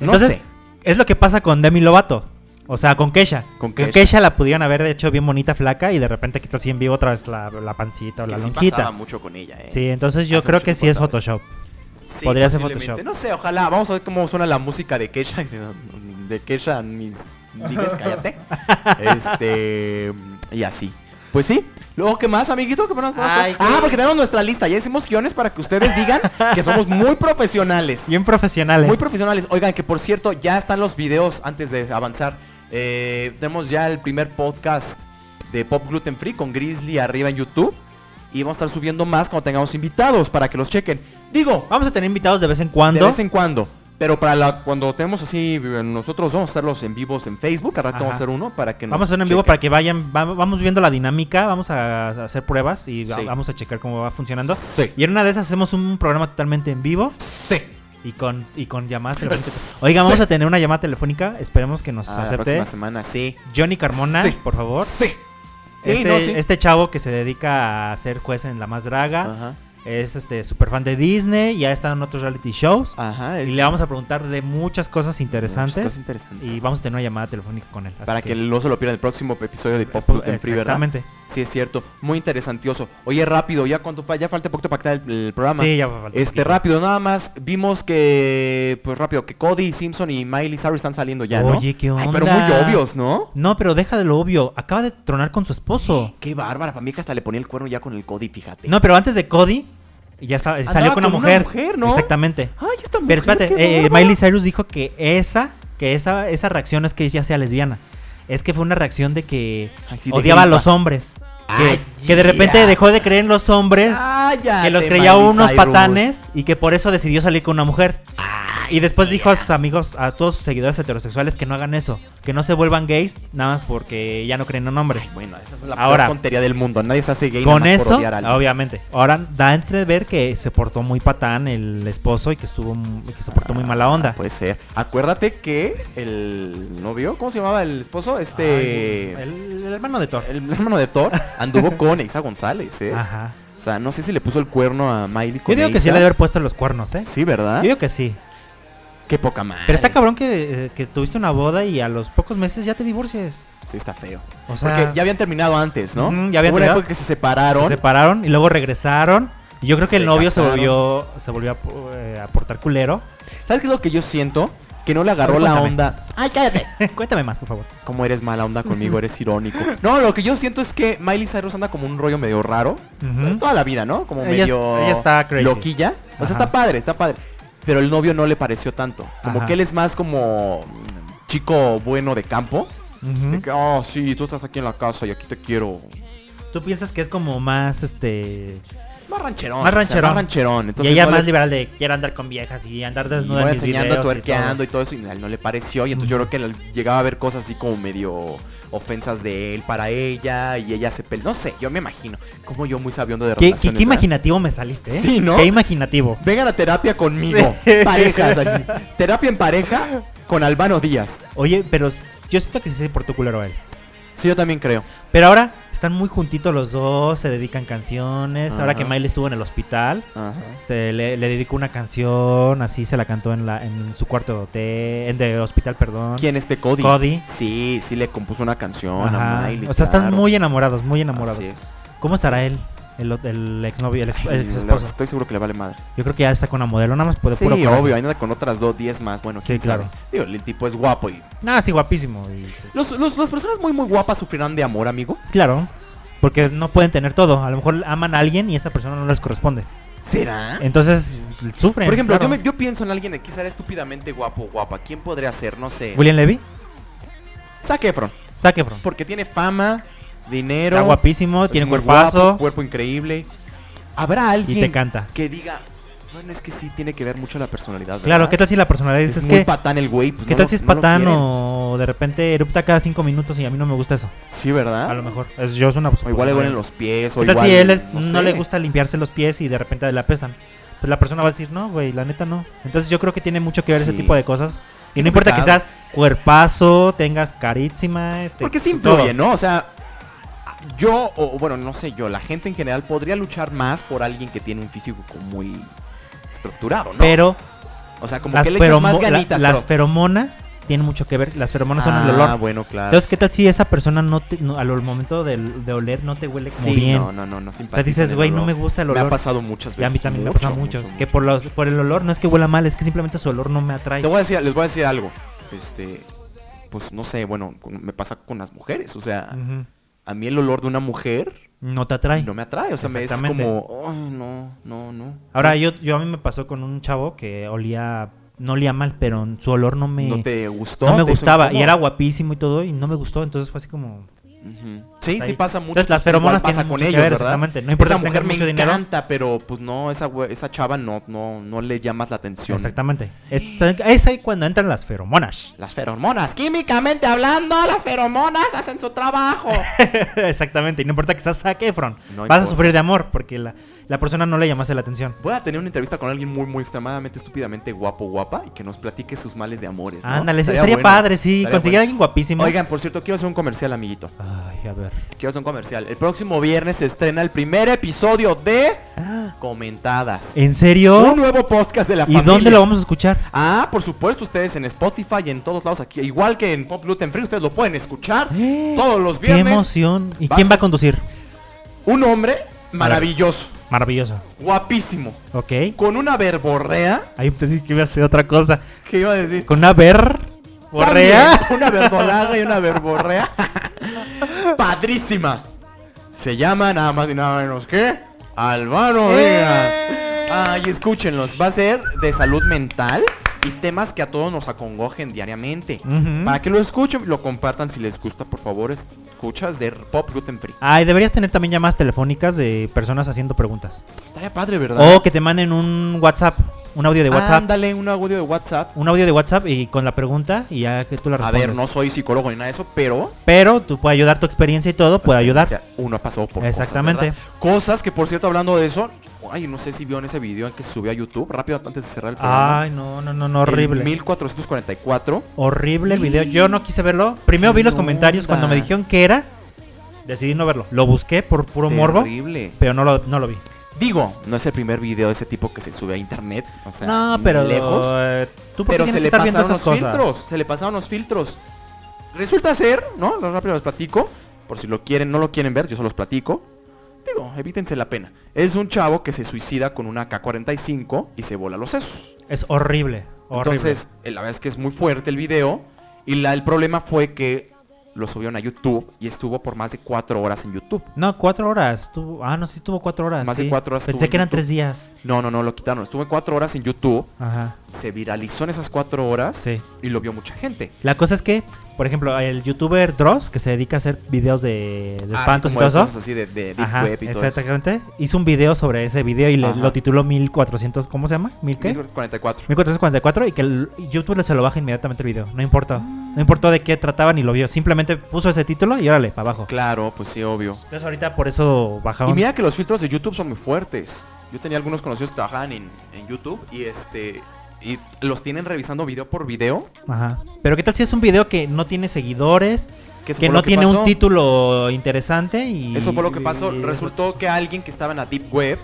Entonces,
sé.
Es lo que pasa con Demi Lovato. O sea, con Kesha. Con
Con Kesha.
Kesha la pudieron haber hecho bien bonita, flaca, y de repente quitó así en vivo otra vez la, la pancita o
Que
la
sí pasaba
lonjita.
mucho con ella, eh.
Sí, entonces yo
Hace
creo
mucho
que
que
sí es
pasaba eso.
Photoshop.
Sí,
Podría ser
posiblemente.
Photoshop.
No sé, ojalá. Vamos a ver cómo suena la música de Kesha. De Kesha, mis digues, cállate. este. Y así. Pues sí. Luego, ¿qué más, amiguito? ¿Qué más?
Ay,
ah,
qué-
porque tenemos nuestra lista. Ya hicimos guiones para que ustedes digan que somos muy profesionales.
Bien profesionales.
Muy profesionales. Oigan, que por cierto, ya están los videos antes de avanzar. Eh, tenemos ya el primer podcast de Pop Gluten Free con Grizzly arriba en YouTube. Y vamos a estar subiendo más cuando tengamos invitados para que los chequen. Digo,
Vamos a tener invitados de vez en
de
cuando.
vez en cuando. Pero para la, cuando tenemos así, nosotros vamos a hacer los en vivos en Facebook. Al rato
Ajá.
vamos a hacer uno para que nos
Vamos a hacer en vivo
chequen.
para que vayan, va- vamos viendo la dinámica, vamos a a hacer pruebas y va-
Sí.
vamos a checar cómo va funcionando.
Sí.
Y en una de esas hacemos un programa totalmente en vivo
Sí.
y con, y con llamadas telefónicas. Oiga, vamos
Sí.
a tener una llamada telefónica, esperemos que nos
Ah, la
acepte.
próxima semana, sí.
Johnny Carmona,
Sí.
por favor.
Sí. Sí,
este,
no, sí.
este chavo que se dedica a ser juez en La Más Draga,
Ajá.
es este super fan de Disney, ya está en otros reality shows. Y
Ajá. Ah, es-
le vamos a preguntar de muchas cosas interesantes.
Muchas cosas interesantes.
Y vamos a tener una llamada telefónica con él. así eh,
Para que no se lo pierdan el próximo episodio de Pop Gluten Free, ¿verdad?
Exactamente.
Sí, es cierto. Muy interesantioso. Oye, rápido, ya cuánto fa- ya falta poquito para que acabe el, el programa.
Sí, ya va a faltar
Este,
poquito.
rápido, nada más. Vimos que, pues rápido, que Cody Simpson y Miley Cyrus están saliendo ya, ¿no?
Oye, ¿qué
Ay, pero
onda?
muy obvios, ¿no?
No, pero deja de lo obvio. Acaba de tronar con su esposo.
Qué bárbara, para mí que hasta le ponía el cuerno ya con el Cody, fíjate.
No, pero antes de Cody, ya estaba- salió con una
con una
mujer.
mujer, ¿no?
Exactamente.
Ay, esta mujer,
Pero espérate,
qué
eh,
bárbara.
Miley Cyrus dijo que esa, que esa, esa reacción no es que ella sea lesbiana. Es que fue una reacción de que
Ay, sí, de
odiaba a
gripa.
los hombres. Que,
Ay,
que de repente
ya.
dejó de creer en los hombres,
Cállate,
que los creía
Miley
unos
Cyrus.
patanes y que por eso decidió salir con una mujer. y después dijo a sus amigos, a todos sus seguidores heterosexuales que no hagan eso, que no se vuelvan gays nada más porque ya no creen en hombres.
Bueno, esa es la
Ahora.
peor tontería del mundo. Nadie se hace gay nada
Con
más por
eso,
odiar a alguien.
obviamente. Ahora da a entrever que se portó muy patán el esposo y que estuvo m- que se portó muy mala onda.
Ah, Puede ser. Acuérdate que el novio, ¿cómo se llamaba el esposo? Este. eh,
Ay, el, el hermano de Thor.
el... hermano de Thor anduvo con Isa González, ¿eh?
Ajá.
O sea, no sé si le puso el cuerno a Miley
Ah. Yo
con
digo que sí
Eiza.
le debe haber puesto los cuernos, ¿eh?
Sí, ¿verdad?
Yo digo que sí.
Qué poca madre.
Pero está cabrón que, eh, que tuviste una boda y a los pocos meses ya te divorcies.
Sí, está feo.
O sea,
Porque ya habían terminado antes, ¿no?
Ujú, ya habían
Hubo una
terminado.
época que se separaron.
se separaron y luego regresaron. Y yo creo que el
Se
novio se
casaron.
volvió se volvió a, po- eh, a portar culero.
¿Sabes qué es lo que yo siento? Que no le agarró
Pero
la
cuéntame.
onda. ¡Ay, cállate!
Cuéntame más, por favor.
Como eres mala onda conmigo, eres irónico. No, lo que yo siento es que Miley Cyrus anda como un rollo medio raro.
Ujú.
Toda la vida, ¿no? Como
Ella-
medio
ella está crazy.
loquilla. O sea,
Ajá.
está padre, está padre. Pero el novio no le pareció tanto. Como
Ajá.
que él es más como mm, chico bueno de campo.
Ujú.
De que, "Ah, sí, tú estás aquí en la casa y aquí te quiero.
Tú piensas que es como más este
Más rancherón.
Más
o sea,
rancherón.
más rancherón. Entonces,
y ella
no
más
le-
liberal de quiero andar con viejas y andar
y
desnuda
no
en mis
enseñando,
videos y todo.
tuerqueando y todo. eso. Y a él no le pareció. Y entonces yo creo que le- llegaba a ver cosas así como medio ofensas de él para ella. Y ella se peleó. No sé, yo me imagino. Como yo muy sabiendo de
¿Qué,
relaciones.
qué- qué
¿verdad?
imaginativo me saliste, ¿eh?
Sí, ¿no?
Qué imaginativo.
Vengan a terapia conmigo. Parejas así. Terapia en pareja con Albano Díaz.
Oye, pero s- yo siento que sí se portó culero a él.
Sí, yo también creo.
Pero ahora están muy juntitos los dos, se dedican canciones. Ahora
Ajá.
que Miley estuvo en el hospital, se le, le dedicó una canción, así se la cantó en, la, en su cuarto de hotel, en de hospital, perdón.
¿Quién este Cody?
Cody.
Sí, sí le compuso una canción
Ajá.
a Miley.
o sea, están
claro.
muy enamorados, muy enamorados.
Así es.
¿Cómo estará
Así es.
él, el, o- el exnovio, el, ex-
Ay,
el
le-
exesposo?
Estoy seguro que le vale madres.
Yo creo que ya está con una modelo, nada más puede
sí,
puro coraje.
obvio, ahí anda con otras dos, diez más. Bueno,
Sí,
quién sabe.
claro.
Digo, el tipo es guapo y.
Nada, sí, guapísimo. y-
Los, los- las personas muy, muy guapas sufrirán de amor, amigo.
Claro, porque no pueden tener todo. A lo mejor aman a alguien y esa persona no les corresponde.
¿Será?
Entonces, sufren.
Por ejemplo,
claro.
yo, me- yo pienso en alguien que será estúpidamente guapo o guapa. ¿Quién podría ser? No sé.
William Levy,
Zac Efron.
Zac Efron.
Porque tiene fama, dinero.
Está guapísimo, tiene
un
cuerpazo
cuerpo increíble. Habrá alguien
y te canta.
que diga, bueno, es que sí tiene que ver mucho la personalidad. ¿verdad?
Claro, ¿qué tal si la personalidad
Es,
dices
muy
que...
patán el güey. pues
¿Qué
no
tal
lo-
si es
no lo
patán
quieren.
o de repente erupta cada cinco minutos y a mí no me gusta eso?
Sí, ¿verdad?
A lo mejor. Es, yo es una
Ah. O igual le
suposición.
huelen los pies. O
¿Qué tal
igual,
si él es- no,
sé.
le gusta limpiarse los pies y de repente le apestan? Pues la persona va a decir, no, güey, la neta no. Entonces yo creo que tiene mucho que ver ese
Sí.
tipo de cosas. Y no
Complicado.
importa que seas cuerpazo, tengas carísima. este,
Porque sí
todo.
influye, ¿no? O sea, yo, o o bueno, no sé yo, la gente en general podría luchar más por alguien que tiene un físico como muy estructurado, ¿no?
Pero
o sea, como
las,
que le echas más
feromo- la-
ganitas,
las
pero-
feromonas tienen mucho que ver. Las feromonas son el
Ah,
olor.
bueno, claro.
Entonces, ¿qué tal si esa persona no te- no, al momento de, de oler no te huele como
Sí,
bien?
no, pues, no, no, no
o sea,
simpatizan
dices,
el
güey, no
olor.
me gusta el
Me
olor.
ha pasado muchas
Y
veces.
a mí también me pasa mucho. Que por, los, por el olor no es que huela mal, es que simplemente su olor no me atrae.
Te voy a decir, les voy a decir algo. Este, pues no sé, bueno, con- me pasa con las mujeres. O sea,
Ujú.
a mí el olor de una mujer
No te atrae.
no me atrae. O sea, me es
Exactamente.
como, ay, no, no, no.
Ahora, yo, yo a mí me pasó con un chavo que olía, no olía mal, pero su olor no me,
no te gustó.
no me
te hizo
gustaba. Y
incómodo.
era guapísimo y todo, y no me gustó. Entonces fue así como...
Ujú. Sí,
Está
sí
ahí.
pasa mucho.
Entonces, las
igual
feromonas
pasa
tienen
con
mucho que
ellos,
ver,
¿verdad?
exactamente. No importa
esa
que
mujer
tengas
me
mucho dinero.
encanta, pero pues no, esa, güe- esa chava no, no, no le llamas la atención.
Exactamente. Es, es ahí cuando entran las feromonas.
Las feromonas, químicamente hablando, las feromonas hacen su trabajo.
Exactamente. Y no importa que seas Zac Efron.
No
vas
importa.
a sufrir de amor porque la, la persona no le llamase la atención.
Voy a tener una entrevista con alguien muy, muy extremadamente, estúpidamente guapo, guapa, y que nos platique sus males de amores. ¿no?
Ándale, estaría
bueno,
padre, sí.
estaría
Conseguir a
bueno.
alguien guapísimo.
Oigan, por cierto, quiero hacer un comercial, amiguito.
Ay, a ver.
Quiero hacer un comercial. El próximo viernes se estrena el primer episodio de
Ah,
Comentadas.
¿En serio?
Un nuevo podcast de la
¿Y
familia.
dónde lo vamos a escuchar?
Ah, por supuesto, ustedes en Spotify y en todos lados aquí, igual que en Pop Gluten Free, ustedes lo pueden escuchar
¡Eh!
todos los
¡Qué
viernes.
emoción! ¿Y
Vas-
quién va a conducir?
Un hombre maravilloso,
Maravilloso.
guapísimo,
Ok.
con una verborrea.
Ahí pensé que iba a ser otra cosa.
¿Qué iba a decir?
Con una ver. Borrea.
También, Una verdolaga y una verborrea. Padrísima. Se llama nada más y nada menos que Álvaro
Eh.
Díaz. Ay, escúchenlos. Va a ser de salud mental y temas que a todos nos acongojen diariamente.
Ujú.
Para que lo escuchen, lo compartan si les gusta, por favor. Escuchas de Pop Gluten Free.
Ay, deberías tener también llamadas telefónicas de personas haciendo preguntas.
Estaría padre, ¿verdad?
O que te manden un WhatsApp. Un audio Oh,
Ah,
de WhatsApp.
Ándale un audio de WhatsApp.
Un audio de WhatsApp y con la pregunta y ya que tú la
A
respondes.
ver, no soy psicólogo ni nada de eso, pero
Pero tú puedes ayudar tu experiencia y todo, puede ayudar.
O sea, uno ha pasado por
Exactamente.
Cosas, ¿verdad? Cosas que, por cierto, hablando de eso, ay, no sé si vio en ese video en que se subió a YouTube, rápido antes de cerrar el programa.
Ay, no, no, no, no,
Ah, en
horrible.
1444.
Horrible el video. Yo no quise verlo. Primero
¿Qué
vi los comentarios
onda?
cuando me dijeron que era. Decidí no verlo. Lo busqué por puro morbo,
Horrible.
pero no lo, no lo vi.
Digo, no es el primer video de ese tipo que se sube a internet. O sea,
No,
ni
pero
lejos.
eh, tú por qué
Pero
tienes
se
que
le
estar viendo
pasaron
esas
los
cosas.
filtros. Se le pasaron los filtros. Resulta ser, ¿no? Lo rápido les platico. Por si lo quieren, no lo quieren ver, yo se los platico. Digo, evítense la pena. Es un chavo que se suicida con una K-45 y se vola los sesos.
Es horrible, horrible.
Entonces, eh, la verdad es que es muy fuerte el video. Y la- el problema fue que lo subieron a YouTube y estuvo por más de cuatro horas en YouTube.
no, cuatro horas. Tuvo, ah, no, sí tuvo cuatro horas.
Más de
sí.
cuatro horas estuvo
Pensé
en
que eran
YouTube.
tres días.
No, no, no, lo quitaron. Estuvo en cuatro horas en YouTube.
Ajá,
Se viralizó en esas cuatro horas
sí.
y lo vio mucha gente.
La cosa es que, por ejemplo, el youtuber Dross, que se dedica a hacer videos de, de
Así
espantos y
Ah, como
todo
de
eso.
cosas así de, de deep
Ajá,
web y todo eso.
exactamente. Hizo un video sobre ese video y le,
Ajá.
lo tituló 1400, ¿cómo se llama? ¿Mil qué?
1944.
1444 y que el YouTube se lo baja inmediatamente el video. No importa. No importó de qué trataba ni lo vio. Simplemente puso ese título y órale, para abajo.
Claro, pues sí, obvio.
Entonces ahorita por eso
Y
bajaron.
mira que los filtros de YouTube son muy fuertes. Yo tenía algunos conocidos que trabajaban en, en YouTube y este y los tienen revisando video por video.
Ajá. Pero qué tal si es un video que no tiene seguidores,
Que, eso
que
fue
no
lo
tiene
pasó.
un título interesante y...
Eso fue lo que pasó.
y-
Resultó que alguien que estaba en la Deep Web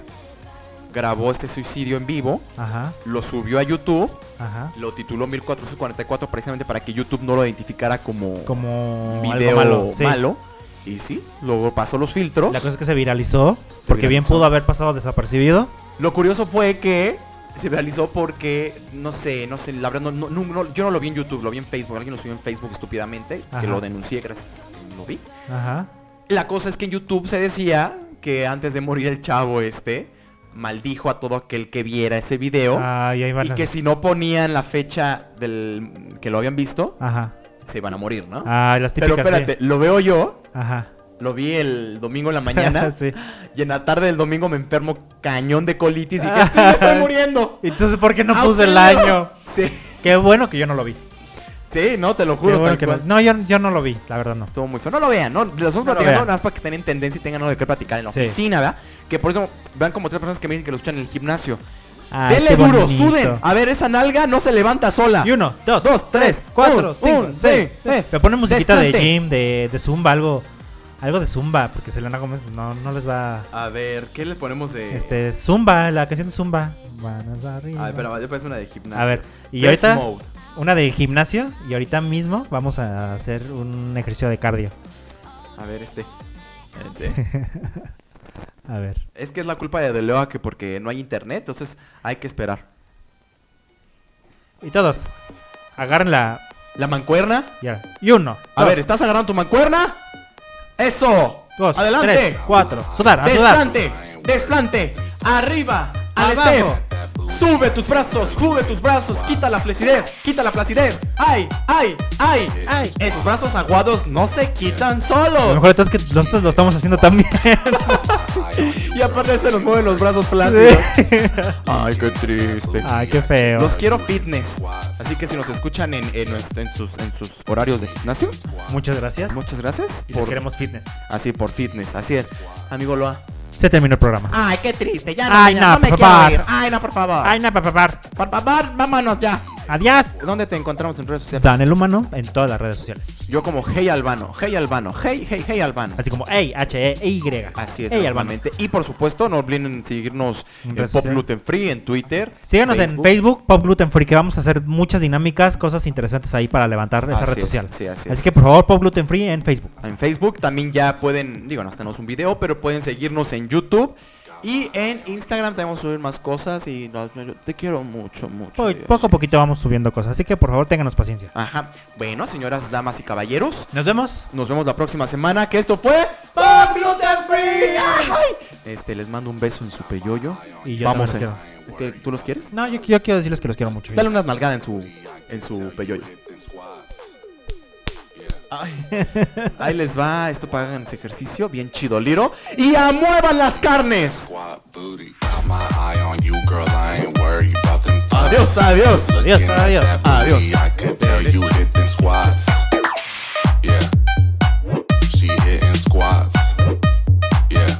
grabó este suicidio en vivo,
Ajá,
lo subió a YouTube,
ajá.
lo tituló 1444 precisamente para que YouTube no lo identificara como,
Como
un
algo
video malo.
malo. sí.
Y sí, luego pasó los filtros.
La cosa es que se viralizó, porque bien
viralizó.
pudo haber pasado desapercibido.
Lo curioso fue que se realizó porque, no sé, no sé, la verdad, no, no- no- yo no lo vi en YouTube, lo vi en Facebook, alguien lo subió en Facebook estúpidamente,
Ajá.
que lo denuncié, gracias, lo vi.
Ajá.
La cosa es que en YouTube se decía que antes de morir el chavo este, maldijo a todo aquel que viera ese video.
Ay, ahí van
Y
las-
que si no ponían la fecha del que lo habían visto,
Ajá.
se iban a morir, ¿no?
Ah, las
Pero
típicas. sí.
espérate, lo veo yo,
Ajá.
lo vi el domingo en la mañana
Sí.
y en la tarde del domingo me enfermo cañón de colitis y dije, "Sí, me estoy muriendo."
Entonces, ¿por qué no
¡Auxilio!
puse el año?
Sí,
Qué bueno que yo no lo vi. Qué
sí, no, te lo juro.
bueno
tal
que no.
cual.
No, yo, yo no lo vi, la verdad no.
Estuvo muy feo. No lo vean, ¿no? Los estamos
No lo
platicando
vean.
nada más para que estén en tendencia y tengan algo de qué platicar en la
Sí.
oficina, ¿verdad? Que por eso vean como tres personas que me dicen que lo escuchan en el gimnasio.
Ay,
Denle
qué
duro,
bonito.
suden. A ver, esa nalga no se levanta sola.
Y uno, dos,
Dos, tres,
cuatro,
un,
cinco,
un,
seis.
sí, sí.
Me ponen musiquita de
Destante.
gym, de, de zumba, algo, algo de zumba, porque Selena Gómez no, no les va.
A ver, ¿qué les ponemos de.?
Este, zumba, la canción de zumba. Manos
A
arriba.
ver, espera, yo parece una de gimnasio.
A ver, y
Press
ahorita
mode.
una de gimnasio y ahorita mismo vamos a hacer un ejercicio de cardio.
A ver, este. Este.
A ver.
es que es la culpa de Deloa que porque no hay internet, entonces hay que esperar.
Y todos, agarren la.
¿La mancuerna?
ya. Y uno.
A ver, ¿estás agarrando tu mancuerna? ¡Eso!
dos,
¡Adelante!
tres, cuatro. Sudar, a sudar.
Desplante, desplante, arriba, al
Abajo.
step. Sube tus brazos, sube tus brazos, quita la flacidez, quita la flacidez. ¡Ay, ay, ay! ay. Esos brazos aguados no se quitan
A lo
solos.
mejor entonces que nosotros lo estamos haciendo también.
Y aparte se nos mueven los brazos flácidos. Ay, qué triste.
Ay, qué feo.
Los quiero fitness. Así que si nos escuchan en, en nuestro- en sus, en sus horarios de gimnasio,
Muchas gracias.
muchas gracias.
Y les
Por,
queremos fitness.
así, por fitness, así es. Amigo Loa.
Se terminó el programa.
Ay, qué triste, ya
Ay,
ya
no,
me
por
quiero
favor.
ir. Ay, no, por favor.
Ay, no, papá, papá.
Por favor, vámonos ya.
Adiós.
¿Dónde te encontramos en redes sociales?
Dan el humano en todas las redes sociales.
Yo como Hey Albano, Hey Albano, Hey, Hey, Hey Albano.
Así como Hey, H-E-Y.
Así es,
Hey, Albano.
normalmente. Y por supuesto, no olviden seguirnos
En
en
redes
Pop
sociales.
Gluten Free, en Twitter.
Síganos en Facebook, Pop Gluten Free, que vamos a hacer muchas dinámicas, cosas interesantes ahí para levantar esa
Así
red
es,
social.
sí, así
así
es,
que por favor, Pop Gluten Free en Facebook.
En Facebook también ya pueden, digo, no tenemos un video, pero pueden seguirnos en YouTube. Y en Instagram también vamos a subir más cosas y no, yo te quiero mucho, mucho.
Hoy,
Dios.
poco a poquito vamos subiendo cosas, así que por favor, ténganos paciencia.
Ajá. Bueno, señoras, damas y caballeros,
Nos vemos.
nos vemos la próxima semana, que esto fue Pop Gluten Free. ¡Ay! Este, les mando un beso en su peyoyo.
Y yo
vamos
también los
a- ¿Qué, ¿Tú los quieres?
No, yo, yo quiero decirles que los quiero mucho.
Dale una nalgada en su, en su peyoyo. Ay. Ahí les va, esto pagan ese ejercicio, bien chido, Liro. Y amuevan las carnes.
Squat booty. Got my eye on you, girl. I ain't worried about them. thoughts.
Adiós, adiós.
Looking
adiós,
at
adiós,
that booty, I could tell you hit them squats. Yeah. She hitting squats. Yeah.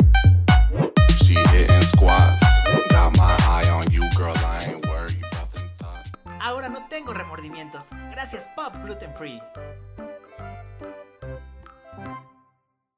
She hitting squats. Got my eye on you, girl. I ain't worried about them. thoughts.
Ahora no tengo remordimientos. Gracias, Pop Gluten Free.